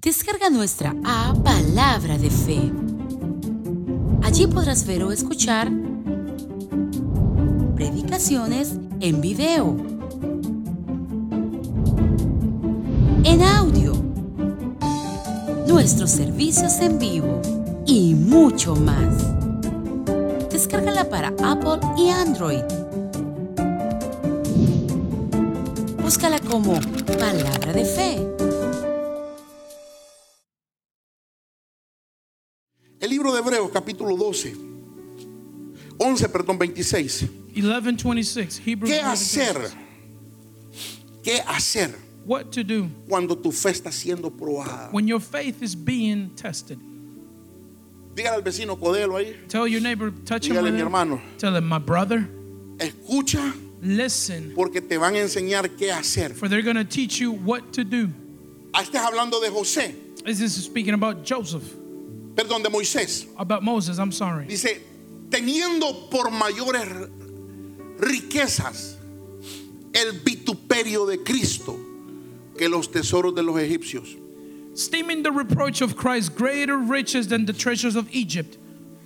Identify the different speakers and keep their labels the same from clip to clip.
Speaker 1: Descarga nuestra A Palabra de Fe. Allí podrás ver o escuchar predicaciones en video, en audio, nuestros servicios en vivo y mucho más. Descárgala para Apple y Android. Búscala como Palabra de Fe.
Speaker 2: El libro de Hebreos, capítulo 12, 11, perdón, 26.
Speaker 3: 11:26 Hebrews
Speaker 2: ¿Qué
Speaker 3: 11:26.
Speaker 2: hacer? ¿Qué hacer
Speaker 3: What to do
Speaker 2: cuando tu fe está siendo probada?
Speaker 3: when your faith is being tested?
Speaker 2: Dígale al vecino Codelo ahí.
Speaker 3: Tell your neighbor, touch him.
Speaker 2: Dígale,
Speaker 3: with
Speaker 2: mi
Speaker 3: him.
Speaker 2: hermano.
Speaker 3: Tell him, my brother,
Speaker 2: Escucha
Speaker 3: listen,
Speaker 2: porque te van a enseñar qué hacer.
Speaker 3: for they're going to teach you what to do.
Speaker 2: Ah, Estás hablando de José,
Speaker 3: This is speaking about Joseph,
Speaker 2: perdón, de Moisés.
Speaker 3: about Moses. I'm sorry.
Speaker 2: Dice, teniendo por mayores riquezas el vituperio de Cristo que los tesoros de los egipcios.
Speaker 3: Steaming the reproach of Christ greater riches than the treasures of Egypt.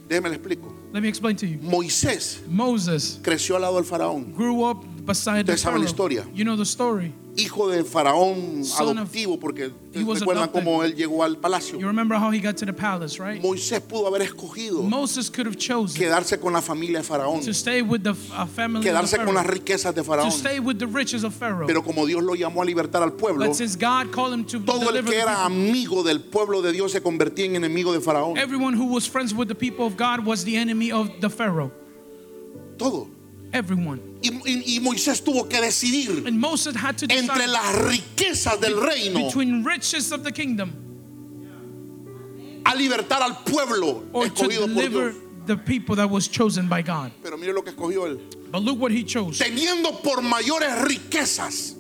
Speaker 2: Déjeme le explico.
Speaker 3: Let me explain to you.
Speaker 2: Moisés
Speaker 3: Moses
Speaker 2: creció al lado del faraón,
Speaker 3: grew up beside the
Speaker 2: Ustedes saben la
Speaker 3: Pharaoh.
Speaker 2: historia.
Speaker 3: You know the story.
Speaker 2: hijo del faraón
Speaker 3: Son of-
Speaker 2: adoptivo, porque
Speaker 3: He was
Speaker 2: recuerdan
Speaker 3: adopted.
Speaker 2: cómo él llegó al
Speaker 3: You
Speaker 2: palacio.
Speaker 3: remember how he got to the palace, right?
Speaker 2: Moisés pudo haber escogido
Speaker 3: Moses could have chosen
Speaker 2: quedarse con la familia de faraón,
Speaker 3: to stay with the uh, family of
Speaker 2: quedarse
Speaker 3: the
Speaker 2: con las
Speaker 3: Pharaoh,
Speaker 2: riquezas de
Speaker 3: to
Speaker 2: faraón.
Speaker 3: stay with the riches of Pharaoh.
Speaker 2: Pero como Dios lo llamó a libertar al pueblo,
Speaker 3: But since God called him to
Speaker 2: todo el
Speaker 3: deliver
Speaker 2: que
Speaker 3: the
Speaker 2: era
Speaker 3: people,
Speaker 2: amigo del pueblo de Dios se convertía en enemigo de faraón.
Speaker 3: everyone who was friends with the people of God was the enemy of the Pharaoh.
Speaker 2: Todo.
Speaker 3: Everyone.
Speaker 2: Y, y- y Moisés tuvo que decidir
Speaker 3: And Moses had to
Speaker 2: entre
Speaker 3: decide
Speaker 2: las riquezas del reino
Speaker 3: between riches of the kingdom
Speaker 2: a libertar al pueblo
Speaker 3: or to
Speaker 2: escogido por
Speaker 3: deliver
Speaker 2: Dios.
Speaker 3: the people that was chosen by God.
Speaker 2: Pero mire lo que escogió él.
Speaker 3: But look what he chose.
Speaker 2: teniendo por mayores riquezas.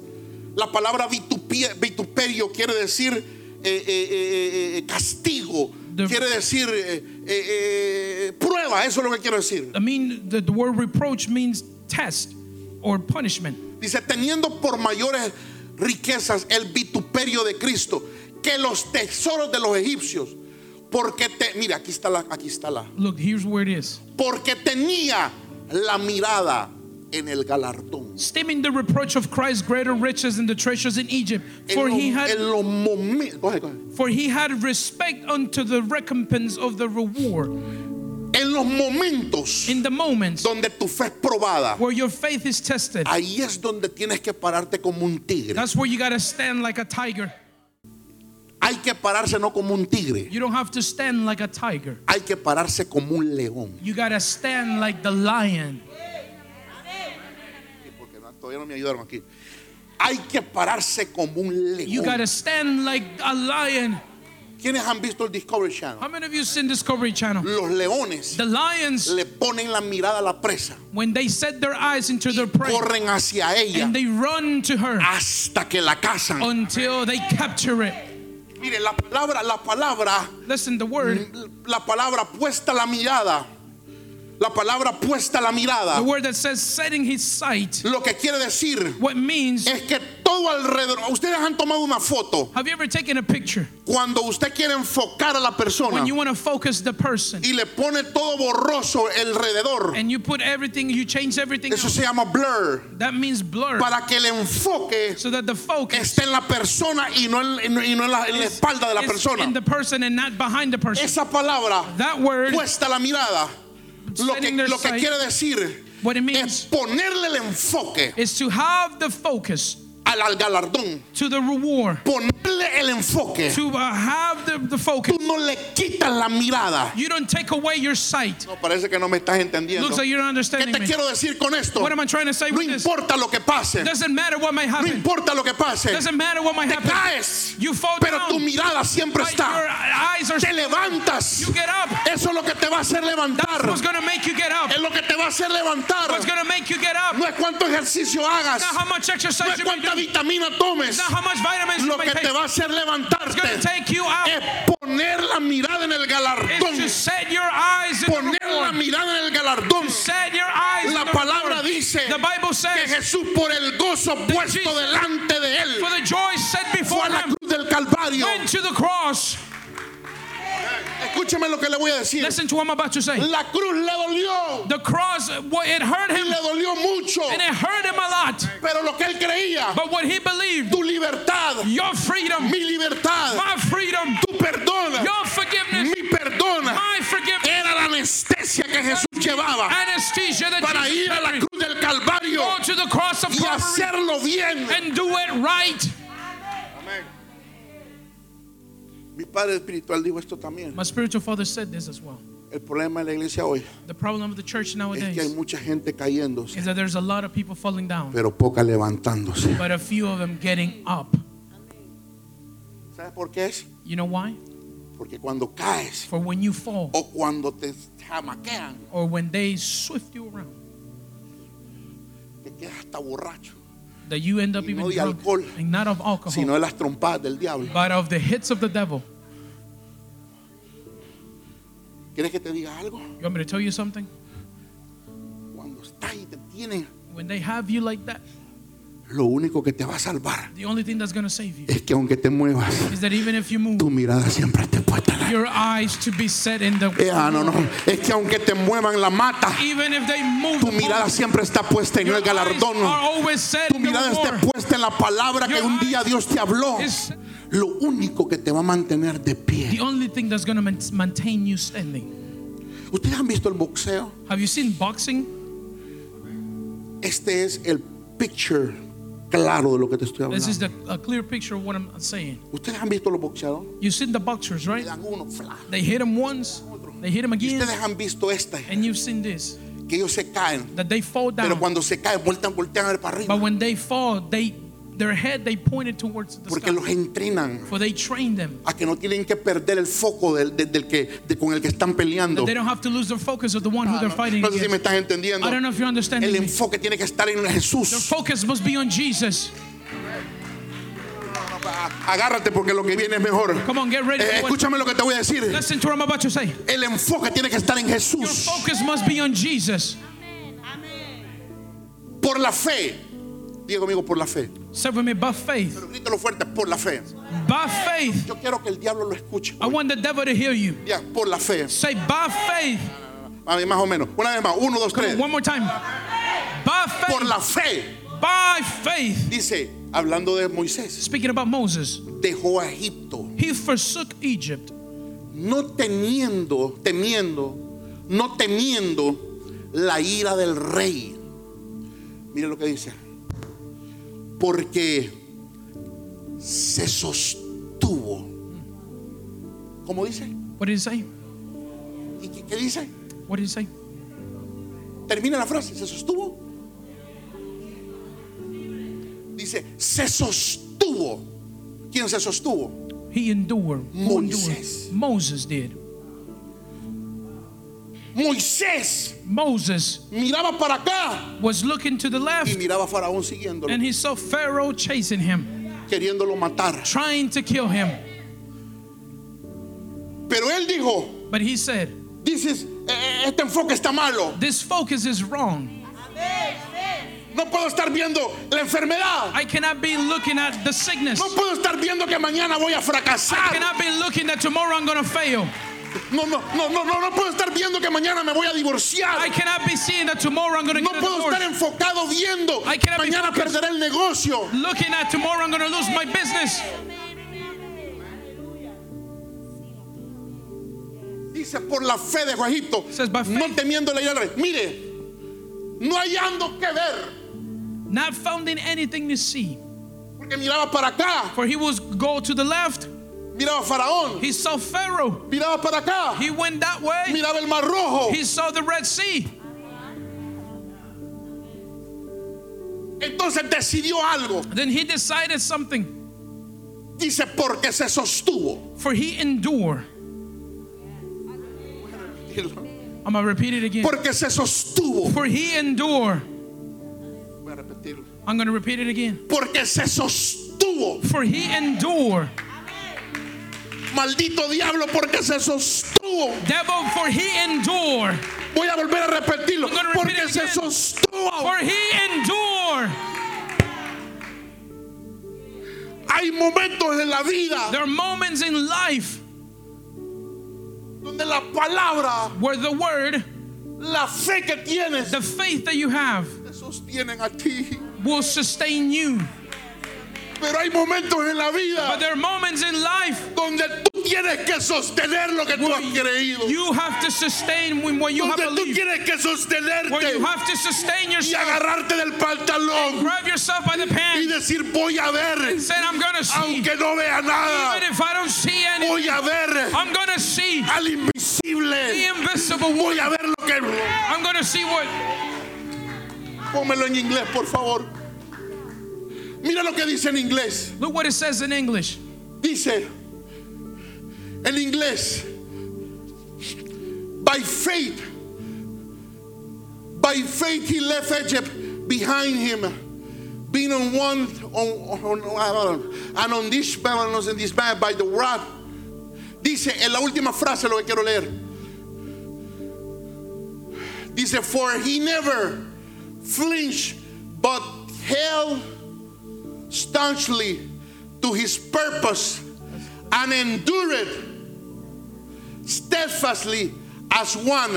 Speaker 2: La palabra vitupie- vituperio quiere decir eh, eh, eh, eh, castigo,
Speaker 3: The-
Speaker 2: quiere decir eh, eh, eh, prueba, eso es lo que quiero decir.
Speaker 3: I mean, the, the word reproach means test or punishment.
Speaker 2: Dice, teniendo por mayores riquezas el vituperio de Cristo que los tesoros de los egipcios. Porque te, mira, aquí está la, aquí está la.
Speaker 3: Look, here's where it is.
Speaker 2: Porque tenía la mirada en el galardón.
Speaker 3: Stemming the reproach of Christ greater riches than the treasures in Egypt. For
Speaker 2: en, los-
Speaker 3: he had
Speaker 2: en los momentos. coge, coge.
Speaker 3: For he had respect unto the recompense of the reward.
Speaker 2: En los momentos.
Speaker 3: In the moments
Speaker 2: donde tu fe es probada,
Speaker 3: where your faith is tested,
Speaker 2: ahí es donde tienes que pararte como un tigre.
Speaker 3: that's where you gotta stand like a tiger.
Speaker 2: Hay que pararse no como un tigre,
Speaker 3: You don't have to stand like a tiger.
Speaker 2: hay que pararse como un león.
Speaker 3: You gotta stand like the lion.
Speaker 2: Porque no- todavía no me ayudaron aquí. Hay que pararse como un
Speaker 3: You
Speaker 2: león.
Speaker 3: gotta stand like a lion.
Speaker 2: ¿Quiénes han visto el Discovery Channel?
Speaker 3: How many of you seen Discovery Channel?
Speaker 2: Los leones
Speaker 3: The lions,
Speaker 2: le ponen la mirada a la presa,
Speaker 3: when they set their eyes into their prey
Speaker 2: corren hacia ella
Speaker 3: and they run to her
Speaker 2: hasta que la cazan.
Speaker 3: until they capture it.
Speaker 2: Mire, la palabra, la palabra,
Speaker 3: Listen, the word,
Speaker 2: la palabra puesta la mirada, la palabra puesta la mirada,
Speaker 3: the word that says setting his sight,
Speaker 2: lo que quiere decir
Speaker 3: what means
Speaker 2: es que todo alrededor, ustedes han tomado una foto
Speaker 3: Have you ever taken a picture
Speaker 2: cuando usted quiere enfocar a la persona
Speaker 3: when you want to focus the person
Speaker 2: y le pone todo borroso alrededor.
Speaker 3: and you put everything, you change everything?
Speaker 2: Eso
Speaker 3: else?
Speaker 2: se llama blur.
Speaker 3: That means blur,
Speaker 2: Para que el enfoque
Speaker 3: so that the focus
Speaker 2: esté en la persona y no en, y no en la, en la espalda de la
Speaker 3: is in
Speaker 2: persona.
Speaker 3: the person and not behind the person.
Speaker 2: Esa palabra
Speaker 3: That word,
Speaker 2: puesta la mirada. Lo que,
Speaker 3: setting their
Speaker 2: lo que
Speaker 3: sight,
Speaker 2: quiere decir
Speaker 3: what it
Speaker 2: es
Speaker 3: means
Speaker 2: ponerle el enfoque
Speaker 3: is to have the focus
Speaker 2: al, al galardón.
Speaker 3: to the reward,
Speaker 2: Ponerle el enfoque.
Speaker 3: to uh, have the, the focus.
Speaker 2: Tú no le quitas la mirada.
Speaker 3: You don't take away your sight.
Speaker 2: No, parece que no me estás entendiendo.
Speaker 3: Looks like you're not
Speaker 2: ¿Qué
Speaker 3: understanding
Speaker 2: te
Speaker 3: me.
Speaker 2: quiero decir con esto?
Speaker 3: What am I trying to say
Speaker 2: No
Speaker 3: with this?
Speaker 2: importa lo que pase.
Speaker 3: Doesn't matter what may
Speaker 2: No
Speaker 3: happen.
Speaker 2: importa lo que pase.
Speaker 3: Doesn't matter what may
Speaker 2: Te
Speaker 3: happen.
Speaker 2: caes.
Speaker 3: You fall
Speaker 2: Pero
Speaker 3: down,
Speaker 2: tu mirada siempre
Speaker 3: but your
Speaker 2: está.
Speaker 3: eyes are.
Speaker 2: Te levantas.
Speaker 3: You get up.
Speaker 2: Eso es lo que te va a hacer levantar.
Speaker 3: What's gonna make you get up?
Speaker 2: Es lo que te va a hacer levantar.
Speaker 3: What's gonna make you get up?
Speaker 2: No es cuánto ejercicio hagas.
Speaker 3: Not how much
Speaker 2: No
Speaker 3: exercise
Speaker 2: es
Speaker 3: you may
Speaker 2: cuánta
Speaker 3: do.
Speaker 2: vitamina tomes.
Speaker 3: Not how much vitamins
Speaker 2: Lo
Speaker 3: you may
Speaker 2: que
Speaker 3: take.
Speaker 2: te va a hacer
Speaker 3: It's gonna
Speaker 2: levantarte
Speaker 3: take you out.
Speaker 2: es poner la mirada en el
Speaker 3: It's
Speaker 2: galardón.
Speaker 3: to set your eyes in the
Speaker 2: Poner la
Speaker 3: reward.
Speaker 2: mirada en el galardón.
Speaker 3: Set your eyes in
Speaker 2: La
Speaker 3: the
Speaker 2: palabra
Speaker 3: reward.
Speaker 2: dice
Speaker 3: The Bible
Speaker 2: que
Speaker 3: says,
Speaker 2: Jesús por el gozo puesto
Speaker 3: Jesus-
Speaker 2: delante de él
Speaker 3: for the joy set
Speaker 2: fue
Speaker 3: before
Speaker 2: a la
Speaker 3: him,
Speaker 2: cruz del del Calvario.
Speaker 3: went to the cross.
Speaker 2: Escúcheme lo que le voy a decir.
Speaker 3: Listen to what I'm about to say.
Speaker 2: La cruz le dolió.
Speaker 3: The cross, well, it hurt
Speaker 2: Le
Speaker 3: him,
Speaker 2: dolió mucho.
Speaker 3: and it hurt him a lot.
Speaker 2: Pero lo que él creía,
Speaker 3: But what he believed,
Speaker 2: tu libertad,
Speaker 3: your freedom,
Speaker 2: mi libertad,
Speaker 3: my freedom,
Speaker 2: tu perdón,
Speaker 3: your forgiveness,
Speaker 2: mi perdón,
Speaker 3: my forgiveness,
Speaker 2: era la anestesia que Jesús llevaba
Speaker 3: anesthesia
Speaker 2: para
Speaker 3: that Jesus
Speaker 2: ir a la
Speaker 3: carried.
Speaker 2: cruz del Calvario
Speaker 3: go to the cross of
Speaker 2: y
Speaker 3: Calvary
Speaker 2: hacerlo bien.
Speaker 3: and do it right.
Speaker 2: Mi padre espiritual dijo esto también.
Speaker 3: My spiritual father said this as well.
Speaker 2: El problema de la iglesia hoy
Speaker 3: The problem of the church
Speaker 2: es que hay
Speaker 3: nowadays
Speaker 2: mucha gente cayéndose,
Speaker 3: is that there's a lot of people falling down,
Speaker 2: pero poca levantándose.
Speaker 3: but a few of them getting up.
Speaker 2: ¿Sabes por qué es?
Speaker 3: You know why?
Speaker 2: Porque cuando caes
Speaker 3: For when you fall
Speaker 2: o cuando te jamaquean,
Speaker 3: or when they swift you around,
Speaker 2: te quedas hasta borracho,
Speaker 3: that you end up
Speaker 2: Y no
Speaker 3: even
Speaker 2: de
Speaker 3: drunk,
Speaker 2: alcohol,
Speaker 3: and not of alcohol,
Speaker 2: sino de las trompadas del diablo.
Speaker 3: but of the hits of the devil.
Speaker 2: ¿Quieres que te diga algo?
Speaker 3: You want me to tell you something?
Speaker 2: Cuando estás y te tienen,
Speaker 3: When they have you like that,
Speaker 2: lo único que te va a salvar
Speaker 3: the only thing that's going to save you
Speaker 2: es que aunque te muevas,
Speaker 3: is that even if you move,
Speaker 2: tu mirada siempre esté puesta en la...
Speaker 3: your eyes to be set in the.
Speaker 2: Eh, ah, no, no. Es que aunque te muevan la mata,
Speaker 3: Even if they move,
Speaker 2: tu
Speaker 3: the
Speaker 2: mirada
Speaker 3: ball,
Speaker 2: siempre está puesta en
Speaker 3: your
Speaker 2: el
Speaker 3: eyes
Speaker 2: galardón.
Speaker 3: are always set
Speaker 2: Tu
Speaker 3: in the
Speaker 2: mirada está
Speaker 3: reward.
Speaker 2: puesta en la palabra que
Speaker 3: Your
Speaker 2: un día
Speaker 3: eyes
Speaker 2: Dios te habló.
Speaker 3: is-
Speaker 2: Lo único que te va a mantener de
Speaker 3: The
Speaker 2: pie.
Speaker 3: only thing that's going to maintain you standing.
Speaker 2: ¿Ustedes han visto el boxeo?
Speaker 3: Have you seen boxing?
Speaker 2: Este es el picture claro de lo que te estoy
Speaker 3: This is
Speaker 2: hablando.
Speaker 3: the, a clear picture of what I'm saying.
Speaker 2: ¿Ustedes han visto los boxeadores?
Speaker 3: You've seen the boxers,
Speaker 2: Le
Speaker 3: right?
Speaker 2: dan uno, fla.
Speaker 3: They hit him once, they hit him
Speaker 2: Y
Speaker 3: again,
Speaker 2: ustedes han visto este,
Speaker 3: and you've seen this
Speaker 2: que ellos se caen.
Speaker 3: that they fall
Speaker 2: Pero
Speaker 3: Eh. down.
Speaker 2: cuando se caen, vueltan, voltean a ver para
Speaker 3: But
Speaker 2: arriba.
Speaker 3: when they fall, they their head they pointed towards the
Speaker 2: Porque los
Speaker 3: sky,
Speaker 2: entrenan
Speaker 3: for they train them.
Speaker 2: a que no tienen que perder el foco del, del- del que, de- con el que están peleando.
Speaker 3: That they don't have to lose their focus of the one who
Speaker 2: Ah,
Speaker 3: they're
Speaker 2: No,
Speaker 3: fighting
Speaker 2: no sé si me
Speaker 3: against.
Speaker 2: estás entendiendo.
Speaker 3: I don't know if you're understanding
Speaker 2: El
Speaker 3: me.
Speaker 2: enfoque tiene que estar en
Speaker 3: Their
Speaker 2: Jesús.
Speaker 3: focus must be on Jesus.
Speaker 2: Agárrate porque lo que viene es mejor.
Speaker 3: Come on, get ready
Speaker 2: Eh,
Speaker 3: for what-
Speaker 2: escúchame lo que te voy a decir.
Speaker 3: Listen to what I'm about to say.
Speaker 2: El enfoque tiene que estar en
Speaker 3: Your
Speaker 2: Jesús.
Speaker 3: focus must be on Jesus.
Speaker 2: Por la fe. Diga conmigo, por la fe.
Speaker 3: Say with me, by faith.
Speaker 2: Pero grítalo fuerte, por la fe.
Speaker 3: By faith.
Speaker 2: Yo quiero que el diablo lo escuche.
Speaker 3: I want the devil to hear you.
Speaker 2: Ya, por la fe.
Speaker 3: Say by faith.
Speaker 2: A ver, más o menos. Una vez más. Uno, dos,
Speaker 3: Come on,
Speaker 2: tres.
Speaker 3: one more time. By
Speaker 2: Por
Speaker 3: faith.
Speaker 2: la fe.
Speaker 3: By faith.
Speaker 2: Dice, hablando de Moisés,
Speaker 3: Speaking about Moses,
Speaker 2: dejó a Egipto.
Speaker 3: he forsook Egypt,
Speaker 2: no teniendo, temiendo, no temiendo la ira del rey. Mire lo que dice. Porque se sostuvo. ¿Cómo dice?
Speaker 3: What did he say?
Speaker 2: ¿Y qué, qué dice?
Speaker 3: What did he say?
Speaker 2: Termina la frase. ¿Se sostuvo? Dice, se sostuvo. ¿Quién se sostuvo?
Speaker 3: He endured. Who endured?
Speaker 2: Moisés.
Speaker 3: Moses did.
Speaker 2: Moisés
Speaker 3: Moses
Speaker 2: miraba para acá
Speaker 3: was looking to the
Speaker 2: y
Speaker 3: left
Speaker 2: miraba a Faraón siguiéndolo,
Speaker 3: and he saw Pharaoh chasing him,
Speaker 2: queriéndolo matar.
Speaker 3: trying to kill him.
Speaker 2: Pero él dijo,
Speaker 3: But he said,
Speaker 2: dices, "Eh, este enfoque está malo.
Speaker 3: This focus is wrong.
Speaker 2: No puedo estar viendo la enfermedad.
Speaker 3: I cannot be looking at the sickness.
Speaker 2: No puedo estar viendo que mañana voy a
Speaker 3: I
Speaker 2: fracasar.
Speaker 3: cannot be looking that tomorrow I'm going to fail.
Speaker 2: No, no, no, no, no, no puedo estar viendo que mañana me voy a
Speaker 3: I
Speaker 2: divorciar.
Speaker 3: cannot be seeing that tomorrow I'm going to
Speaker 2: No
Speaker 3: get a
Speaker 2: puedo estar
Speaker 3: divorce.
Speaker 2: enfocado viendo.
Speaker 3: I cannot be
Speaker 2: Mañana
Speaker 3: focused.
Speaker 2: perderé el negocio.
Speaker 3: Looking at tomorrow I'm going to lose my business.
Speaker 2: Dice, por la fe de Egipto,
Speaker 3: Says, by faith.
Speaker 2: no temiendo la ira del rey. Mire, no hallando que ver,
Speaker 3: Not finding anything to see.
Speaker 2: porque miraba para acá,
Speaker 3: For he was go to the left,
Speaker 2: miraba a Faraón,
Speaker 3: he saw Pharaoh.
Speaker 2: miraba para acá,
Speaker 3: He went that way,
Speaker 2: miraba el mar rojo.
Speaker 3: he saw the Red Sea.
Speaker 2: Entonces decidió algo.
Speaker 3: Then he decided something,
Speaker 2: Dice, porque se sostuvo.
Speaker 3: for he endure. I'm gonna repeat it again.
Speaker 2: Porque se sostuvo.
Speaker 3: For he endure.
Speaker 2: Voy a repetirlo.
Speaker 3: I'm gonna repeat it again.
Speaker 2: Porque se sostuvo.
Speaker 3: For he endure.
Speaker 2: Maldito diablo, porque se sostuvo.
Speaker 3: Devil, for he endure.
Speaker 2: Voy a volver a repetirlo.
Speaker 3: I'm gonna repeat
Speaker 2: Porque
Speaker 3: it
Speaker 2: se
Speaker 3: again.
Speaker 2: sostuvo.
Speaker 3: For he endure.
Speaker 2: Hay momentos en la vida
Speaker 3: There are moments in life
Speaker 2: donde la palabra,
Speaker 3: where the word,
Speaker 2: la fe que tienes,
Speaker 3: the faith that you have,
Speaker 2: te sostienen a ti.
Speaker 3: will sustain you.
Speaker 2: Pero hay momentos en la
Speaker 3: But
Speaker 2: vida
Speaker 3: there are moments in life
Speaker 2: donde tú tienes que sostener lo que tú has creído.
Speaker 3: you have to sustain when what you have
Speaker 2: Donde tú
Speaker 3: believed.
Speaker 2: tienes que
Speaker 3: Where you
Speaker 2: sostenerte
Speaker 3: have to sustain
Speaker 2: y
Speaker 3: yourself.
Speaker 2: agarrarte del pantalón
Speaker 3: Grab yourself by the
Speaker 2: y
Speaker 3: pants
Speaker 2: decir voy a ver,
Speaker 3: and say, I'm gonna see. Even
Speaker 2: aunque no vea nada,
Speaker 3: if I don't see any,
Speaker 2: voy a ver
Speaker 3: I'm gonna see
Speaker 2: al
Speaker 3: the
Speaker 2: invisible.
Speaker 3: invisible one.
Speaker 2: Voy a ver lo que...
Speaker 3: I'm gonna see what.
Speaker 2: Pónmelo en inglés, por favor. Mira lo que dice en inglés.
Speaker 3: Look what it says in English.
Speaker 2: Dice en inglés, by faith, by faith he left Egypt behind him, being on one on, on, on- and on this balance and this man by the wrath. Dice en la última frase lo que quiero leer. Dice for he never flinched, but held staunchly to his purpose and endured steadfastly as one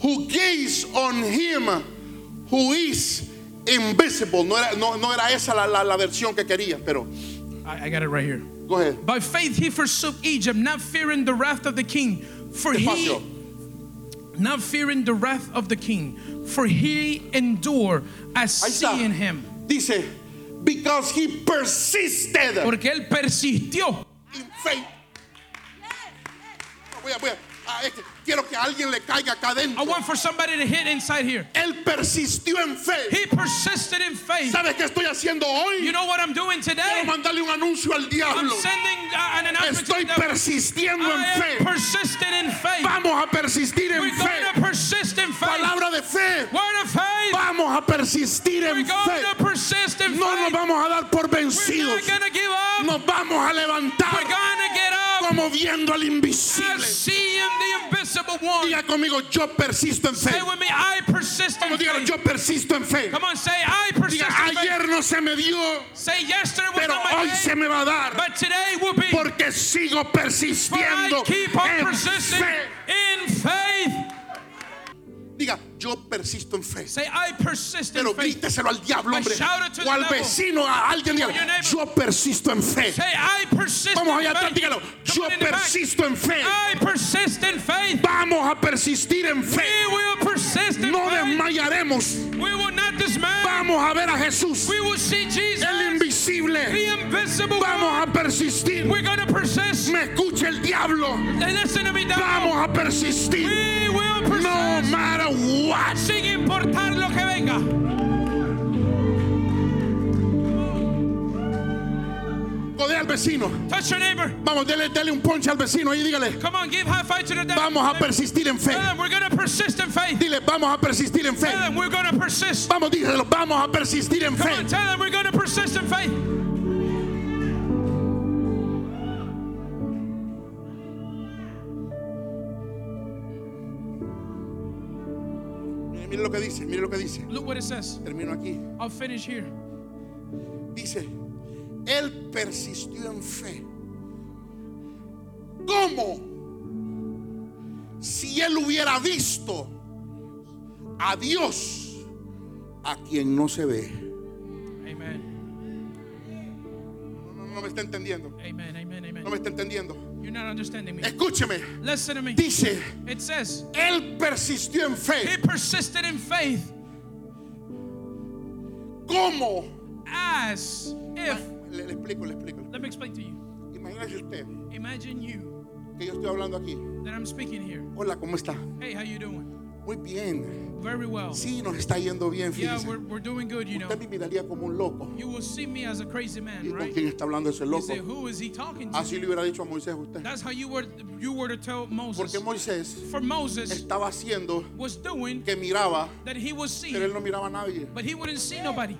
Speaker 2: who gazed on him who is invisible. No era, no, no era esa la, la- la versión que quería, pero
Speaker 3: I, I got it right here.
Speaker 2: go ahead.
Speaker 3: By faith he forsook Egypt, not fearing the wrath of the king. For he,
Speaker 2: Despacio.
Speaker 3: not fearing the wrath of the king, for he endure as
Speaker 2: Ahí está.
Speaker 3: seeing him.
Speaker 2: Dice, because he persisted
Speaker 3: Porque él persistió.
Speaker 2: in faith. Voy a- voy a- a este, quiero que alguien le caiga acá
Speaker 3: I
Speaker 2: adentro.
Speaker 3: want for somebody to hit inside here.
Speaker 2: Él persistió en fe.
Speaker 3: He persisted in faith.
Speaker 2: ¿Sabes qué estoy haciendo hoy?
Speaker 3: You know what I'm doing
Speaker 2: Quiero
Speaker 3: today?
Speaker 2: mandarle un anuncio al
Speaker 3: I'm
Speaker 2: diablo.
Speaker 3: sending uh, an announcement to
Speaker 2: Estoy
Speaker 3: the devil.
Speaker 2: persistiendo en
Speaker 3: I am
Speaker 2: fe.
Speaker 3: persistent in faith.
Speaker 2: Vamos a persistir en
Speaker 3: We're going to
Speaker 2: fe.
Speaker 3: persist in faith.
Speaker 2: Palabra de fe.
Speaker 3: Word of faith.
Speaker 2: Vamos a persistir
Speaker 3: We're
Speaker 2: en
Speaker 3: going
Speaker 2: fe.
Speaker 3: to persist in
Speaker 2: No nos
Speaker 3: faith.
Speaker 2: vamos a dar por
Speaker 3: We're
Speaker 2: vencidos.
Speaker 3: not going to give up.
Speaker 2: Nos vamos a
Speaker 3: We're
Speaker 2: levantar
Speaker 3: going to get up
Speaker 2: como viendo al
Speaker 3: and
Speaker 2: invisible.
Speaker 3: see him, the invisible one.
Speaker 2: Diga conmigo, yo persisto en
Speaker 3: Say
Speaker 2: fe.
Speaker 3: with me, I persist in
Speaker 2: Como diga,
Speaker 3: faith.
Speaker 2: yo persisto en fe.
Speaker 3: Come on, say, I persist
Speaker 2: Diga,
Speaker 3: in faith.
Speaker 2: ayer no se me dio,
Speaker 3: Say, yesterday was
Speaker 2: pero
Speaker 3: not my
Speaker 2: hoy
Speaker 3: day,
Speaker 2: se me va a dar.
Speaker 3: but today will be.
Speaker 2: Porque sigo
Speaker 3: But I
Speaker 2: persistiendo
Speaker 3: keep on
Speaker 2: en
Speaker 3: persisting
Speaker 2: fe.
Speaker 3: in faith.
Speaker 2: Diga, yo persisto en fe.
Speaker 3: Say, I persist
Speaker 2: Pero
Speaker 3: in faith.
Speaker 2: gríteselo al diablo, hombre.
Speaker 3: But shout it to
Speaker 2: O
Speaker 3: the
Speaker 2: al
Speaker 3: devil.
Speaker 2: vecino, a alguien. Diga,
Speaker 3: Or your neighbor.
Speaker 2: yo persisto en fe.
Speaker 3: Say, I persist
Speaker 2: Vamos allá
Speaker 3: in
Speaker 2: atrás,
Speaker 3: faith.
Speaker 2: dígalo. Yo
Speaker 3: Come on in the back.
Speaker 2: persisto en fe.
Speaker 3: I persist in faith.
Speaker 2: Vamos a persistir en fe.
Speaker 3: We will persist in
Speaker 2: No
Speaker 3: faith.
Speaker 2: desmayaremos.
Speaker 3: We will not dismay.
Speaker 2: Vamos a ver a Jesús,
Speaker 3: We will see Jesus,
Speaker 2: el invisible.
Speaker 3: the invisible one.
Speaker 2: Vamos a persistir.
Speaker 3: We're going to persist.
Speaker 2: Me escucha el diablo.
Speaker 3: They listen to me, devil.
Speaker 2: Vamos a persistir.
Speaker 3: We will
Speaker 2: No
Speaker 3: persist.
Speaker 2: matter what.
Speaker 3: Sin importar lo que venga.
Speaker 2: Codea al vecino.
Speaker 3: Touch your neighbor.
Speaker 2: Vamos, dele, dele un ponche al vecino y dígale,
Speaker 3: Come on, give high five to the devil.
Speaker 2: vamos a persistir en fe.
Speaker 3: Tell them we're going to persist in faith.
Speaker 2: Dile, vamos a persistir en fe.
Speaker 3: Tell them we're going to persist.
Speaker 2: Vamos, díselo, vamos a persistir en
Speaker 3: Come
Speaker 2: fe.
Speaker 3: on, tell them we're going to persist in faith.
Speaker 2: Mire, mire lo que dice, mire lo que dice.
Speaker 3: Look what it says.
Speaker 2: Termino aquí.
Speaker 3: I'll finish here.
Speaker 2: Dice, él persistió en fe. ¿Cómo? Si él hubiera visto a Dios, a quien no se ve.
Speaker 3: Amen.
Speaker 2: No, no, no me está entendiendo,
Speaker 3: Amen. Amen.
Speaker 2: no
Speaker 3: Amen.
Speaker 2: me está entendiendo.
Speaker 3: You're not understanding me.
Speaker 2: Escúcheme,
Speaker 3: Listen to me.
Speaker 2: dice,
Speaker 3: It says
Speaker 2: él persistió en
Speaker 3: he
Speaker 2: fe.
Speaker 3: persisted in faith
Speaker 2: ¿Cómo?
Speaker 3: as if.
Speaker 2: Le, le explico, le explico.
Speaker 3: Let me explain to you.
Speaker 2: Imagínese usted
Speaker 3: Imagine you
Speaker 2: que yo estoy hablando aquí.
Speaker 3: that I'm speaking here.
Speaker 2: Hola, ¿cómo está?
Speaker 3: Hey, how you doing?
Speaker 2: Muy bien.
Speaker 3: Very well.
Speaker 2: Sí, nos está yendo bien,
Speaker 3: Yeah,
Speaker 2: fíjese.
Speaker 3: we're, we're doing good, you know.
Speaker 2: Usted me miraría como un loco.
Speaker 3: You will see me as a crazy
Speaker 2: ¿Y
Speaker 3: man,
Speaker 2: con
Speaker 3: right?
Speaker 2: quién está hablando ese
Speaker 3: You
Speaker 2: loco?
Speaker 3: say, who is he talking to?
Speaker 2: Así le hubiera dicho a Moisés usted.
Speaker 3: That's how you were you were to tell Moses.
Speaker 2: Porque Moisés
Speaker 3: For Moses
Speaker 2: estaba haciendo
Speaker 3: was doing
Speaker 2: que miraba,
Speaker 3: that he was
Speaker 2: pero él
Speaker 3: seeing,
Speaker 2: no miraba a nadie.
Speaker 3: but he wouldn't see nobody.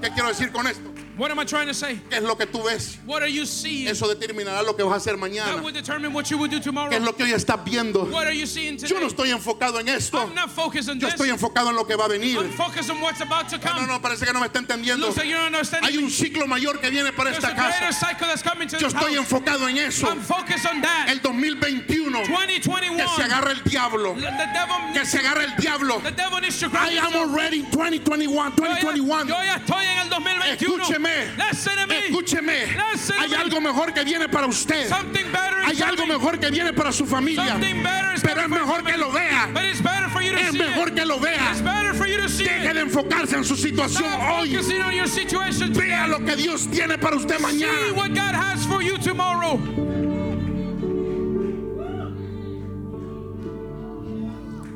Speaker 2: ¿Qué quiero decir con esto?
Speaker 3: What am I trying to say?
Speaker 2: ¿Qué es lo que tú ves?
Speaker 3: What are you seeing?
Speaker 2: Eso determinará lo que vas a hacer
Speaker 3: That
Speaker 2: mañana.
Speaker 3: will determine what you will do
Speaker 2: ¿Qué es
Speaker 3: tomorrow.
Speaker 2: lo que hoy estás viendo?
Speaker 3: What are you seeing today?
Speaker 2: Yo no estoy enfocado en esto.
Speaker 3: I'm not focused on
Speaker 2: Yo
Speaker 3: this.
Speaker 2: estoy enfocado en lo que va a
Speaker 3: I'm
Speaker 2: venir.
Speaker 3: focused on what's about to
Speaker 2: No,
Speaker 3: come.
Speaker 2: no, parece que no me está entendiendo.
Speaker 3: Looks like you don't understand.
Speaker 2: Hay un ciclo mayor que viene para
Speaker 3: There's a
Speaker 2: esta
Speaker 3: greater
Speaker 2: casa.
Speaker 3: cycle that's coming to
Speaker 2: Yo
Speaker 3: this
Speaker 2: estoy
Speaker 3: house.
Speaker 2: enfocado en eso.
Speaker 3: I'm focused on that.
Speaker 2: El 2021. Que se
Speaker 3: 2021.
Speaker 2: agarre el diablo.
Speaker 3: The devil,
Speaker 2: Que se agarre el diablo.
Speaker 3: the devil needs to grab
Speaker 2: I am already 2021.
Speaker 3: Yo ya-
Speaker 2: 2021.
Speaker 3: Yo ya estoy en el 2021.
Speaker 2: Escúcheme.
Speaker 3: Listen to me.
Speaker 2: Escúcheme.
Speaker 3: Listen to
Speaker 2: Hay
Speaker 3: me.
Speaker 2: algo mejor que viene para usted.
Speaker 3: Something better is
Speaker 2: Hay algo
Speaker 3: coming.
Speaker 2: mejor que viene para su familia.
Speaker 3: Something better is
Speaker 2: Pero es
Speaker 3: coming for
Speaker 2: mejor que
Speaker 3: somebody.
Speaker 2: lo vea.
Speaker 3: But it's better for you to
Speaker 2: Es
Speaker 3: see
Speaker 2: mejor
Speaker 3: it.
Speaker 2: que lo vea.
Speaker 3: It's better for you to see
Speaker 2: Deje
Speaker 3: it.
Speaker 2: de enfocarse en su situación
Speaker 3: Stop
Speaker 2: hoy.
Speaker 3: focusing on your situation.
Speaker 2: Vea lo que Dios tiene para usted
Speaker 3: See
Speaker 2: mañana.
Speaker 3: what God has for you tomorrow.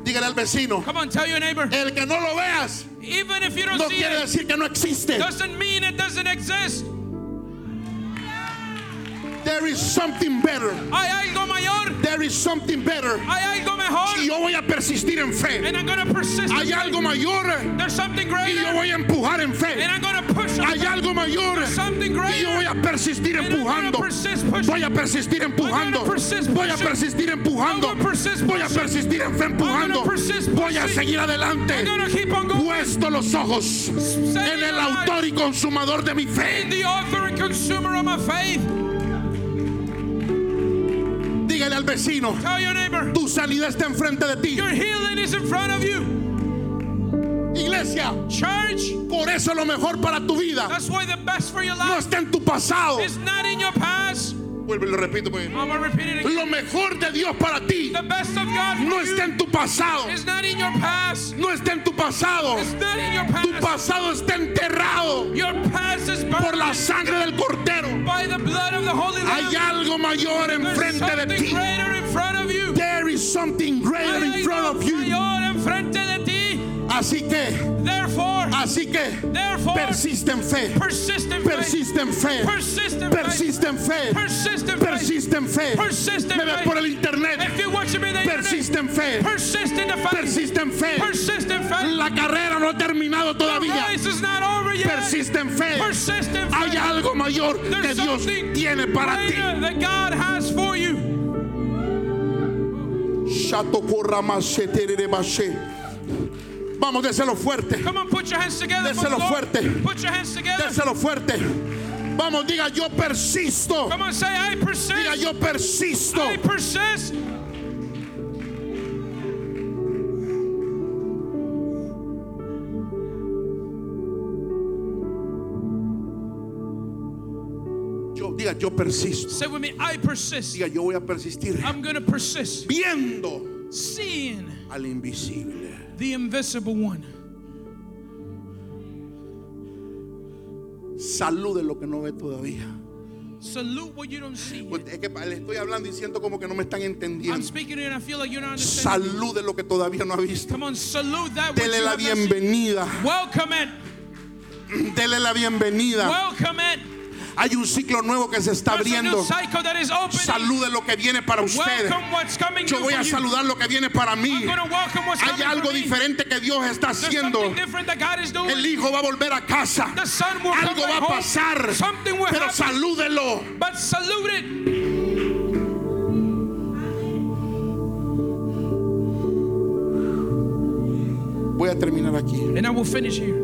Speaker 2: Dígale al vecino.
Speaker 3: Come on, tell your neighbor.
Speaker 2: El que no lo veas
Speaker 3: Even if you don't
Speaker 2: Eh, no
Speaker 3: see
Speaker 2: quiere
Speaker 3: it,
Speaker 2: decir que no existe.
Speaker 3: doesn't mean it doesn't exist.
Speaker 2: There is something better.
Speaker 3: Hay algo mayor.
Speaker 2: There is something better.
Speaker 3: Hay algo
Speaker 2: Y
Speaker 3: mejor.
Speaker 2: yo voy a persistir en fe.
Speaker 3: And I'm going to persist.
Speaker 2: Hay algo mayor
Speaker 3: There's something
Speaker 2: y yo
Speaker 3: greater.
Speaker 2: voy a empujar en fe.
Speaker 3: And I'm going to push.
Speaker 2: Hay algo mayor
Speaker 3: Something
Speaker 2: y yo voy
Speaker 3: greater.
Speaker 2: a persistir
Speaker 3: And I'm going
Speaker 2: empujando.
Speaker 3: to persist, push.
Speaker 2: Voy a persistir empujando.
Speaker 3: persist,
Speaker 2: Voy a
Speaker 3: pushing.
Speaker 2: persistir empujando.
Speaker 3: I'm gonna persist,
Speaker 2: Voy a
Speaker 3: pushing.
Speaker 2: persistir en fe empujando.
Speaker 3: persist,
Speaker 2: Voy a
Speaker 3: pushing.
Speaker 2: seguir adelante.
Speaker 3: I'm going to keep on going.
Speaker 2: Puesto los ojos en el autor y consumador de mi
Speaker 3: in
Speaker 2: fe.
Speaker 3: the author and consumer of my faith.
Speaker 2: Dígale al vecino,
Speaker 3: Tell your neighbor,
Speaker 2: tu salida está enfrente de ti.
Speaker 3: your healing is in front of you.
Speaker 2: Iglesia,
Speaker 3: Church,
Speaker 2: por eso lo mejor para tu vida
Speaker 3: that's why the best for your
Speaker 2: no
Speaker 3: life
Speaker 2: está en tu pasado.
Speaker 3: is not in your past.
Speaker 2: Vuelvo y lo repito. pues.
Speaker 3: I'm gonna repeat it again.
Speaker 2: Lo mejor de Dios para ti
Speaker 3: The best of God for
Speaker 2: no está
Speaker 3: you
Speaker 2: en tu pasado.
Speaker 3: is not in your past.
Speaker 2: No está en tu pasado.
Speaker 3: It's not in your
Speaker 2: Tu
Speaker 3: past.
Speaker 2: pasado está enterrado
Speaker 3: Your past is
Speaker 2: por
Speaker 3: burned
Speaker 2: la sangre del cordero.
Speaker 3: by the blood of the Holy
Speaker 2: Hay
Speaker 3: Lamb.
Speaker 2: algo mayor
Speaker 3: There's
Speaker 2: enfrente de
Speaker 3: something
Speaker 2: ti.
Speaker 3: greater in front of you.
Speaker 2: There is something
Speaker 3: Hay
Speaker 2: greater in front
Speaker 3: algo
Speaker 2: of you.
Speaker 3: mayor enfrente de ti.
Speaker 2: Así que,
Speaker 3: Therefore,
Speaker 2: así que,
Speaker 3: therefore,
Speaker 2: persiste en fe.
Speaker 3: persistent faith.
Speaker 2: Persiste en fe.
Speaker 3: Persistent faith.
Speaker 2: Persiste en fe.
Speaker 3: Persistent faith.
Speaker 2: Persiste en fe.
Speaker 3: Persiste en
Speaker 2: Me ves
Speaker 3: fe.
Speaker 2: por el internet.
Speaker 3: If you watch me, then
Speaker 2: Persiste en fe.
Speaker 3: persist in the faith.
Speaker 2: Persiste en fe.
Speaker 3: Persist in faith.
Speaker 2: La carrera no ha terminado
Speaker 3: The
Speaker 2: todavía.
Speaker 3: race is not over yet.
Speaker 2: Persiste en fe.
Speaker 3: Persist in
Speaker 2: Hay
Speaker 3: faith.
Speaker 2: algo mayor que
Speaker 3: There's
Speaker 2: Dios
Speaker 3: something
Speaker 2: tiene para ti.
Speaker 3: Greater that God has for you.
Speaker 2: Shatokorramase tererebashe. Vamos, déselo fuerte.
Speaker 3: Come on, put your hands together. for the
Speaker 2: Déselo
Speaker 3: Lord.
Speaker 2: fuerte.
Speaker 3: Put your hands together.
Speaker 2: Déselo fuerte. Vamos, diga yo persisto.
Speaker 3: Come on, say, I
Speaker 2: Diga
Speaker 3: persist.
Speaker 2: yo persisto.
Speaker 3: I persist.
Speaker 2: Yo, diga yo persisto.
Speaker 3: Say with me, I persist.
Speaker 2: Diga yo voy a persistir.
Speaker 3: I'm going to persist.
Speaker 2: Viendo
Speaker 3: Seeing
Speaker 2: al invisible.
Speaker 3: the invisible one.
Speaker 2: Salud de lo que no ve todavía.
Speaker 3: Salute what you don't see.
Speaker 2: Pues Es que le estoy hablando y siento como que no me están
Speaker 3: I'm
Speaker 2: entendiendo.
Speaker 3: speaking and I feel like you're not understanding.
Speaker 2: Salud de lo que todavía no ha visto.
Speaker 3: Come on, salute that which
Speaker 2: Dele
Speaker 3: you
Speaker 2: la
Speaker 3: have not seen.
Speaker 2: bienvenida.
Speaker 3: Welcome it.
Speaker 2: Dele la bienvenida.
Speaker 3: Welcome it.
Speaker 2: Hay un ciclo nuevo que se está
Speaker 3: There's a new
Speaker 2: abriendo.
Speaker 3: cycle that is opening.
Speaker 2: Salud de lo que viene para usted.
Speaker 3: Welcome what's coming
Speaker 2: Yo
Speaker 3: new
Speaker 2: voy
Speaker 3: for
Speaker 2: a
Speaker 3: you.
Speaker 2: saludar lo que viene para mí.
Speaker 3: I'm going to welcome what's
Speaker 2: Hay
Speaker 3: coming
Speaker 2: algo
Speaker 3: for me.
Speaker 2: diferente que Dios está
Speaker 3: There's
Speaker 2: haciendo.
Speaker 3: something different that God is doing.
Speaker 2: El hijo va a volver a casa.
Speaker 3: The son will come
Speaker 2: Algo va
Speaker 3: back
Speaker 2: a
Speaker 3: home.
Speaker 2: pasar.
Speaker 3: Something will
Speaker 2: Pero
Speaker 3: happen.
Speaker 2: salúdelo.
Speaker 3: But salute it.
Speaker 2: Voy a terminar aquí.
Speaker 3: And I will finish here.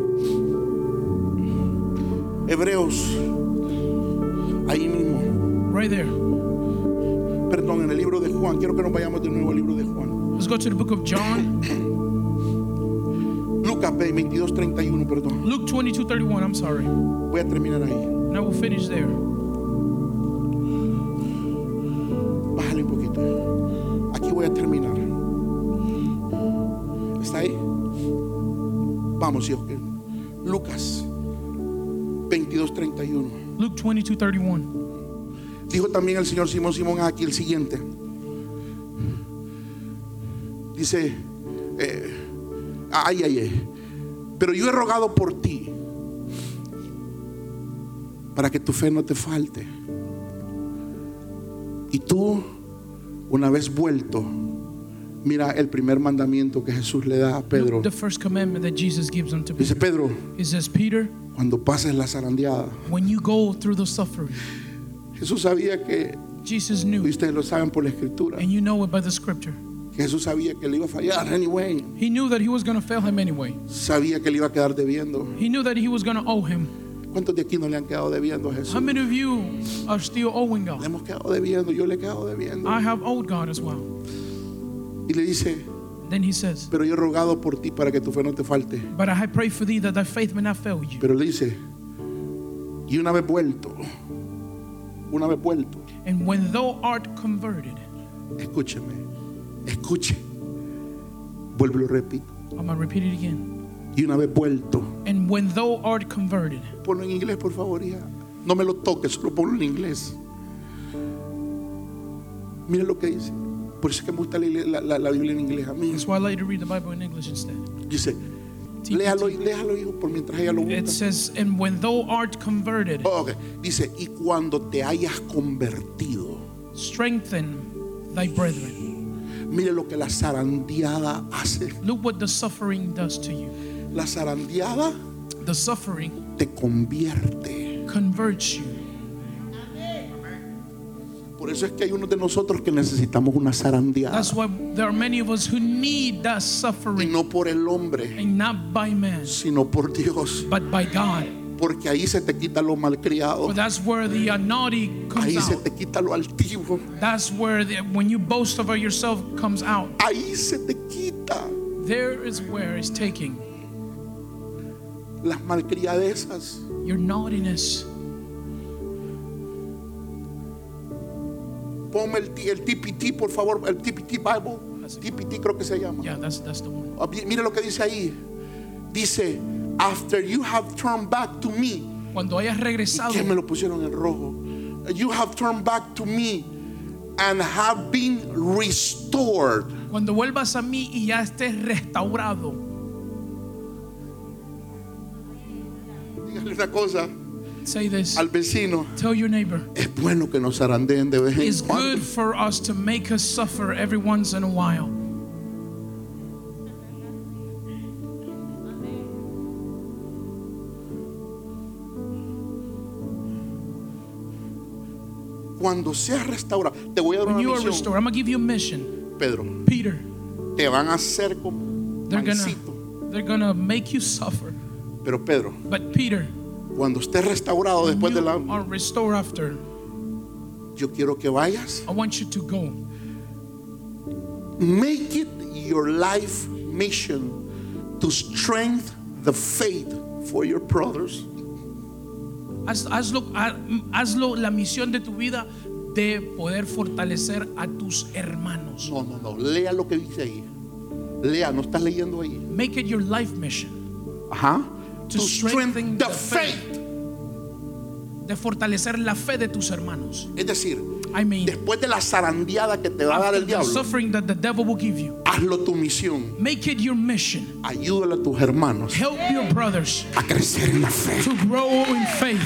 Speaker 2: Hebreos. Ahí mismo.
Speaker 3: Right there.
Speaker 2: Perdón, en el libro de Juan. Quiero que nos vayamos de nuevo al libro de Juan.
Speaker 3: Let's go to the book of John.
Speaker 2: Lucas 22, 31, perdón.
Speaker 3: Luke 22 31. I'm sorry. And
Speaker 2: Voy a terminar ahí.
Speaker 3: I will finish there.
Speaker 2: Bájale un poquito. Aquí voy a terminar. ¿Está ahí? Vamos, hijo. Lucas 22, 31.
Speaker 3: Luke 22 31.
Speaker 2: Dijo también el Señor Simón Simón ah, aquí el siguiente. Dice, eh, ay, ay, ay, pero yo he rogado por ti para que tu fe no te falte. Y tú, una vez vuelto, mira el primer mandamiento que Jesús le da a Pedro.
Speaker 3: The first commandment that Jesus gives unto
Speaker 2: Dice,
Speaker 3: Peter.
Speaker 2: Pedro,
Speaker 3: He says, Peter,
Speaker 2: Cuando pases la zarandeada.
Speaker 3: when you go through the suffering.
Speaker 2: Jesús sabía que,
Speaker 3: Jesus
Speaker 2: y
Speaker 3: knew,
Speaker 2: ustedes lo saben por la escritura,
Speaker 3: and you know it by the scripture.
Speaker 2: Jesús sabía que le iba a fallar anyway.
Speaker 3: He knew that he was going to fail him anyway.
Speaker 2: Sabía que le iba a quedar debiendo.
Speaker 3: He knew that he was going to owe him.
Speaker 2: ¿Cuántos de aquí no le han quedado debiendo a
Speaker 3: How
Speaker 2: Jesús?
Speaker 3: many of you are still owing
Speaker 2: Le
Speaker 3: God?
Speaker 2: hemos quedado debiendo, yo le he quedado debiendo.
Speaker 3: I have owed God as well.
Speaker 2: Y le dice,
Speaker 3: Then he says,
Speaker 2: pero yo he rogado por ti para que tu fe no te falte.
Speaker 3: But I pray for thee that thy faith may not fail you.
Speaker 2: Pero le dice, y una vez vuelto, una vez vuelto,
Speaker 3: And when thou art converted,
Speaker 2: escúcheme, escuche, vuelvo y lo repito,
Speaker 3: I'm going to repeat it again.
Speaker 2: y una vez vuelto,
Speaker 3: And when thou art converted,
Speaker 2: ponlo en inglés por favor, hija. no me lo toques, solo ponlo en inglés. Mira lo que dice, por eso es que me gusta leer la, la- la Biblia en inglés a mí.
Speaker 3: that's why I like to read the Bible in English instead.
Speaker 2: Dice, léalo, léalo hijo, por mientras ella lo busca.
Speaker 3: It says, And when thou art converted,
Speaker 2: Ok, Dice, y cuando te hayas convertido,
Speaker 3: strengthen thy brethren.
Speaker 2: mire lo que la zarandeada hace.
Speaker 3: Look what the suffering does to you.
Speaker 2: La zarandeada
Speaker 3: The suffering
Speaker 2: te convierte.
Speaker 3: converts you.
Speaker 2: Por eso es que hay unos de nosotros que necesitamos una zarandeada.
Speaker 3: That's why there are many of us who need that
Speaker 2: Y
Speaker 3: suffering,
Speaker 2: no por el hombre,
Speaker 3: and not by man,
Speaker 2: sino por Dios.
Speaker 3: but by God.
Speaker 2: Porque ahí se te quita lo malcriado.
Speaker 3: For that's where the uh, naughty comes
Speaker 2: Ahí se
Speaker 3: out.
Speaker 2: te quita lo altivo.
Speaker 3: That's where the, when you boast over yourself comes out.
Speaker 2: Ahí se te quita
Speaker 3: There is where it's taking
Speaker 2: las malcriadezas.
Speaker 3: your naughtiness.
Speaker 2: Ponme el, T- el TPT, por favor. El TPT Bible. TPT creo que se llama.
Speaker 3: Yeah, that's that's the one.
Speaker 2: Mire lo que dice ahí. Dice, after you have turned back to me.
Speaker 3: Cuando hayas regresado,
Speaker 2: que me lo pusieron en rojo. You have turned back to me and have been restored.
Speaker 3: cuando vuelvas a mí y ya estés restaurado,
Speaker 2: Dígale una cosa
Speaker 3: say this.
Speaker 2: al vecino.
Speaker 3: Tell your neighbor.
Speaker 2: Es bueno que nos zarandeen de vez
Speaker 3: It's
Speaker 2: en cuando.
Speaker 3: good for us to make us suffer every once in a while.
Speaker 2: Cuando seas restaurado, te voy a dar
Speaker 3: When
Speaker 2: una
Speaker 3: you are
Speaker 2: misión,
Speaker 3: restored, I'm gonna give you a mission,
Speaker 2: Pedro.
Speaker 3: Peter.
Speaker 2: Te van a hacer como
Speaker 3: They're gonna,
Speaker 2: mancito.
Speaker 3: they're gonna make you suffer.
Speaker 2: Pero Pedro,
Speaker 3: But Peter,
Speaker 2: cuando estés restaurado después de
Speaker 3: you
Speaker 2: la,
Speaker 3: are restored after.
Speaker 2: yo quiero que vayas.
Speaker 3: I want you to go.
Speaker 2: Make it your life mission to strengthen the faith for your brothers.
Speaker 3: Haz, hazlo, ha- hazlo la misión de tu vida de poder fortalecer a tus hermanos.
Speaker 2: No, no, no. Lea lo que dice ahí. Lea, no estás leyendo ahí.
Speaker 3: Make it your life mission
Speaker 2: Ajá.
Speaker 3: To strengthen the faith. de fortalecer la fe de tus hermanos.
Speaker 2: Es decir,
Speaker 3: I mean,
Speaker 2: después de la zarandeada que te va a dar
Speaker 3: after
Speaker 2: el
Speaker 3: the
Speaker 2: diablo,
Speaker 3: suffering that the devil will give you,
Speaker 2: hazlo tu misión.
Speaker 3: make it your mission.
Speaker 2: Ayúdale a tus hermanos
Speaker 3: Help your brothers
Speaker 2: a crecer en la fe.
Speaker 3: to grow in faith.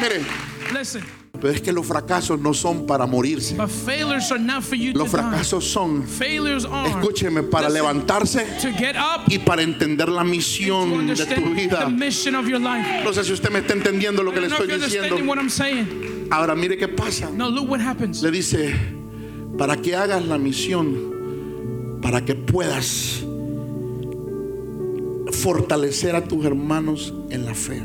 Speaker 2: Mire,
Speaker 3: Listen,
Speaker 2: pero es que los fracasos no son para morirse.
Speaker 3: but failures are not for you to
Speaker 2: Los
Speaker 3: die.
Speaker 2: fracasos son,
Speaker 3: Failures are
Speaker 2: escúcheme, para
Speaker 3: Listen,
Speaker 2: levantarse
Speaker 3: to get up
Speaker 2: y para entender la
Speaker 3: to
Speaker 2: misión de tu
Speaker 3: understand the
Speaker 2: vida.
Speaker 3: mission of your life.
Speaker 2: No sé si usted me está entendiendo lo
Speaker 3: I
Speaker 2: que le
Speaker 3: don't know if
Speaker 2: estoy
Speaker 3: you're
Speaker 2: diciendo.
Speaker 3: understanding what I'm saying.
Speaker 2: Ahora mire qué pasa.
Speaker 3: No, look what happens.
Speaker 2: le dice, para que hagas la misión, para que puedas fortalecer a tus hermanos en la fe.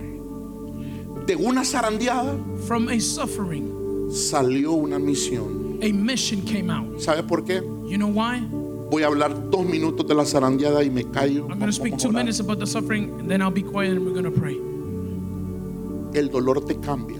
Speaker 2: De una zarandeada
Speaker 3: From a suffering,
Speaker 2: salió una misión.
Speaker 3: a mission came out.
Speaker 2: ¿Sabe por qué?
Speaker 3: You know why?
Speaker 2: Voy a hablar dos minutos de la zarandeada y me callo.
Speaker 3: I'm going to
Speaker 2: Vamos
Speaker 3: speak
Speaker 2: a
Speaker 3: two
Speaker 2: orar.
Speaker 3: minutes about the suffering, and then I'll be quiet and we're going to pray.
Speaker 2: El dolor te cambia,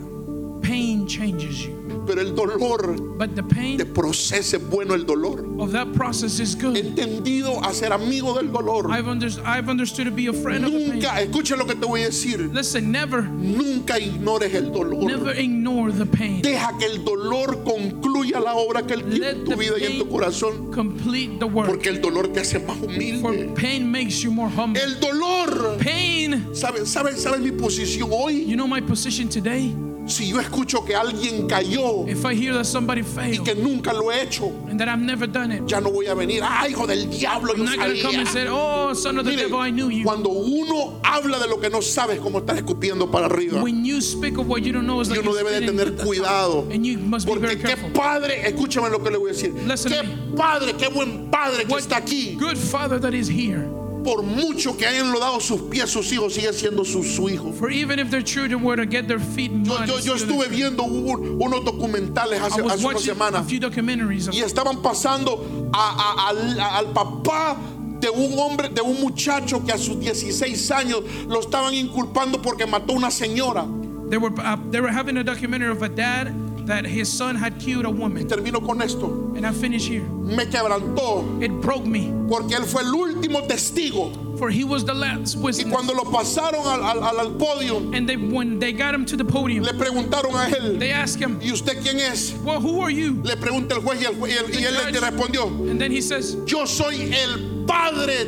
Speaker 3: Pain changes you,
Speaker 2: pero el dolor
Speaker 3: but the
Speaker 2: te
Speaker 3: pain
Speaker 2: procesa es bueno el dolor.
Speaker 3: of that process is
Speaker 2: He
Speaker 3: good.
Speaker 2: entendido a ser amigo del dolor.
Speaker 3: I've, underst- I've understood to be a friend of the pain.
Speaker 2: Nunca, escucha lo que te voy a decir.
Speaker 3: Listen, never
Speaker 2: Nunca ignores el dolor.
Speaker 3: Never ignore the pain.
Speaker 2: Deja que el dolor concluya la obra que él tiene en
Speaker 3: Let
Speaker 2: tu
Speaker 3: the
Speaker 2: vida y en tu
Speaker 3: pain-
Speaker 2: corazón,
Speaker 3: Complete the work.
Speaker 2: porque el dolor te hace más
Speaker 3: For
Speaker 2: humilde.
Speaker 3: pain makes you more humble.
Speaker 2: El dolor,
Speaker 3: Pain,
Speaker 2: ¿sabes sabe, sabe mi posición hoy?
Speaker 3: you know my position today?
Speaker 2: Si yo escucho que alguien cayó
Speaker 3: If I hear that somebody
Speaker 2: y
Speaker 3: failed
Speaker 2: que nunca lo he hecho,
Speaker 3: and that I've never done it,
Speaker 2: ya no voy a venir. ¡Ay, hijo del diablo! Yo
Speaker 3: I'm not going to come and
Speaker 2: sabía.
Speaker 3: say, oh, son of the
Speaker 2: Mire,
Speaker 3: devil, I knew you.
Speaker 2: cuando uno habla de lo que no sabes, como estás escupiendo para arriba.
Speaker 3: When you speak of what you don't know, it's
Speaker 2: Y
Speaker 3: like
Speaker 2: uno
Speaker 3: you're
Speaker 2: debe de
Speaker 3: spitting
Speaker 2: tener
Speaker 3: at the
Speaker 2: cuidado.
Speaker 3: top. And you must be
Speaker 2: Porque
Speaker 3: very
Speaker 2: qué
Speaker 3: careful.
Speaker 2: padre, escúchame lo que le voy a decir.
Speaker 3: Listen to
Speaker 2: Qué padre, qué buen padre que
Speaker 3: What
Speaker 2: está aquí.
Speaker 3: good father that is here.
Speaker 2: Por mucho que hayan lodado sus pies, sus hijos siguen siendo sus su hijo.
Speaker 3: For even if their children were to get their feet mud,
Speaker 2: Yo, yo, yo
Speaker 3: it's still
Speaker 2: estuve
Speaker 3: their-
Speaker 2: viendo un- unos documentales hace,
Speaker 3: I was
Speaker 2: hace una
Speaker 3: watching a
Speaker 2: semana
Speaker 3: few documentaries of
Speaker 2: y estaban pasando a- a- al, a- al papá de un hombre, de un muchacho que a sus 16 años lo estaban inculpando porque mató a una señora.
Speaker 3: They were uh, they were having a documentary of a dad that his son had killed a woman,
Speaker 2: Termino con esto.
Speaker 3: and I finished here.
Speaker 2: Me quebrantó
Speaker 3: It broke me,
Speaker 2: porque él fue el último testigo.
Speaker 3: for he was the last
Speaker 2: Y
Speaker 3: witness.
Speaker 2: cuando lo pasaron al, al- al- al podio,
Speaker 3: And they when they got him to the podium,
Speaker 2: le preguntaron a él,
Speaker 3: they asked him,
Speaker 2: ¿y usted quién es?
Speaker 3: "Well, who are you?"
Speaker 2: Le pregunta el juez y, el jue- y él- y él le- le respondió,
Speaker 3: And then he says,
Speaker 2: yo soy el padre,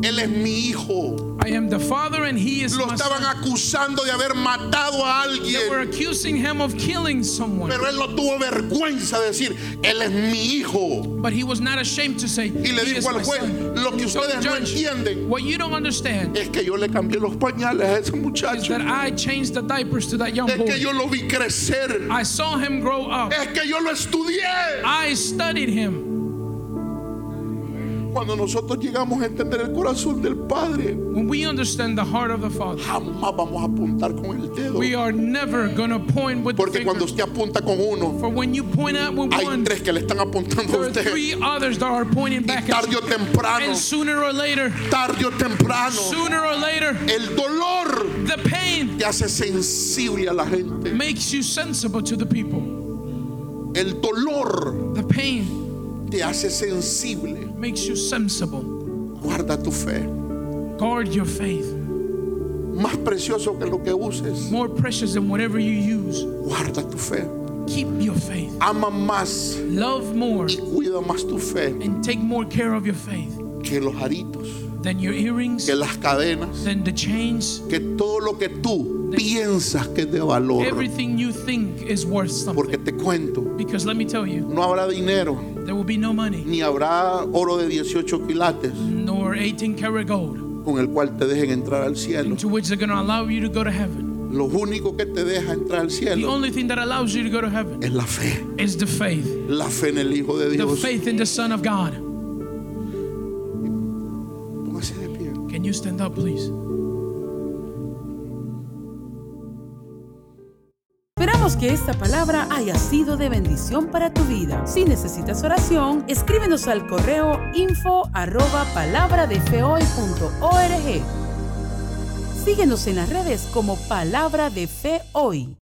Speaker 2: él es mi hijo.
Speaker 3: "I am the father, and he is
Speaker 2: Lo
Speaker 3: my
Speaker 2: estaban
Speaker 3: son."
Speaker 2: acusando de haber matado a
Speaker 3: They were
Speaker 2: alguien,
Speaker 3: accusing him of killing someone,
Speaker 2: pero él no tuvo vergüenza de decir, él es mi hijo.
Speaker 3: but he was not ashamed to say,
Speaker 2: Y le
Speaker 3: "He is
Speaker 2: dijo
Speaker 3: my
Speaker 2: al juez,
Speaker 3: son."
Speaker 2: lo que
Speaker 3: So,
Speaker 2: ustedes no
Speaker 3: judge,
Speaker 2: entienden
Speaker 3: What you don't understand
Speaker 2: es que yo le cambié los pañales a ese
Speaker 3: is
Speaker 2: muchacho.
Speaker 3: that I changed the diapers to that young
Speaker 2: Es que
Speaker 3: boy.
Speaker 2: yo lo vi crecer.
Speaker 3: I saw him grow up.
Speaker 2: Es que yo lo estudié.
Speaker 3: I studied him.
Speaker 2: Cuando nosotros llegamos a entender el corazón del Padre,
Speaker 3: When we understand the heart of the Father,
Speaker 2: jamás vamos a apuntar con el dedo.
Speaker 3: we are never gonna point with the
Speaker 2: Porque
Speaker 3: finger.
Speaker 2: cuando usted apunta con uno,
Speaker 3: For when you point out with
Speaker 2: hay
Speaker 3: one,
Speaker 2: tres que le están apuntando a
Speaker 3: there are
Speaker 2: usted.
Speaker 3: three others that are pointing back at
Speaker 2: Tarde
Speaker 3: you.
Speaker 2: o temprano,
Speaker 3: And sooner or later,
Speaker 2: tarde o temprano,
Speaker 3: sooner or later,
Speaker 2: el dolor
Speaker 3: the pain
Speaker 2: te hace sensible a la gente.
Speaker 3: makes you sensible to the people.
Speaker 2: El dolor
Speaker 3: The pain
Speaker 2: te hace sensible.
Speaker 3: makes you sensible.
Speaker 2: Guarda tu fe.
Speaker 3: Guard your faith.
Speaker 2: Más precioso que lo que uses.
Speaker 3: More precious than whatever you use.
Speaker 2: Guarda tu fe.
Speaker 3: Keep your faith.
Speaker 2: Ama más
Speaker 3: Love more
Speaker 2: y cuida más tu fe
Speaker 3: and take more care of your faith
Speaker 2: que los aritos,
Speaker 3: than your earrings,
Speaker 2: que las cadenas.
Speaker 3: than the chains.
Speaker 2: que todo lo que tú piensas que es de valor,
Speaker 3: Everything you think is worth something.
Speaker 2: porque te cuento,
Speaker 3: Because let me tell you,
Speaker 2: no habrá dinero,
Speaker 3: There will be no money,
Speaker 2: ni habrá oro de 18 quilates
Speaker 3: nor 18 karat gold,
Speaker 2: con el cual te dejen entrar al cielo.
Speaker 3: into which they're going to allow you to go to heaven.
Speaker 2: Lo único que te deja entrar al
Speaker 3: The
Speaker 2: cielo
Speaker 3: only thing that allows you to go to heaven
Speaker 2: es la fe,
Speaker 3: is the faith,
Speaker 2: la fe en el Hijo de
Speaker 3: the
Speaker 2: Dios.
Speaker 3: faith in the Son of God.
Speaker 2: Póngase de pie.
Speaker 3: Can you stand up, please?
Speaker 1: Esperamos que esta palabra haya sido de bendición para tu vida. Si necesitas oración, escríbenos al correo info arroba palabradefehoy.org. Síguenos en las redes como Palabra de Fe Hoy.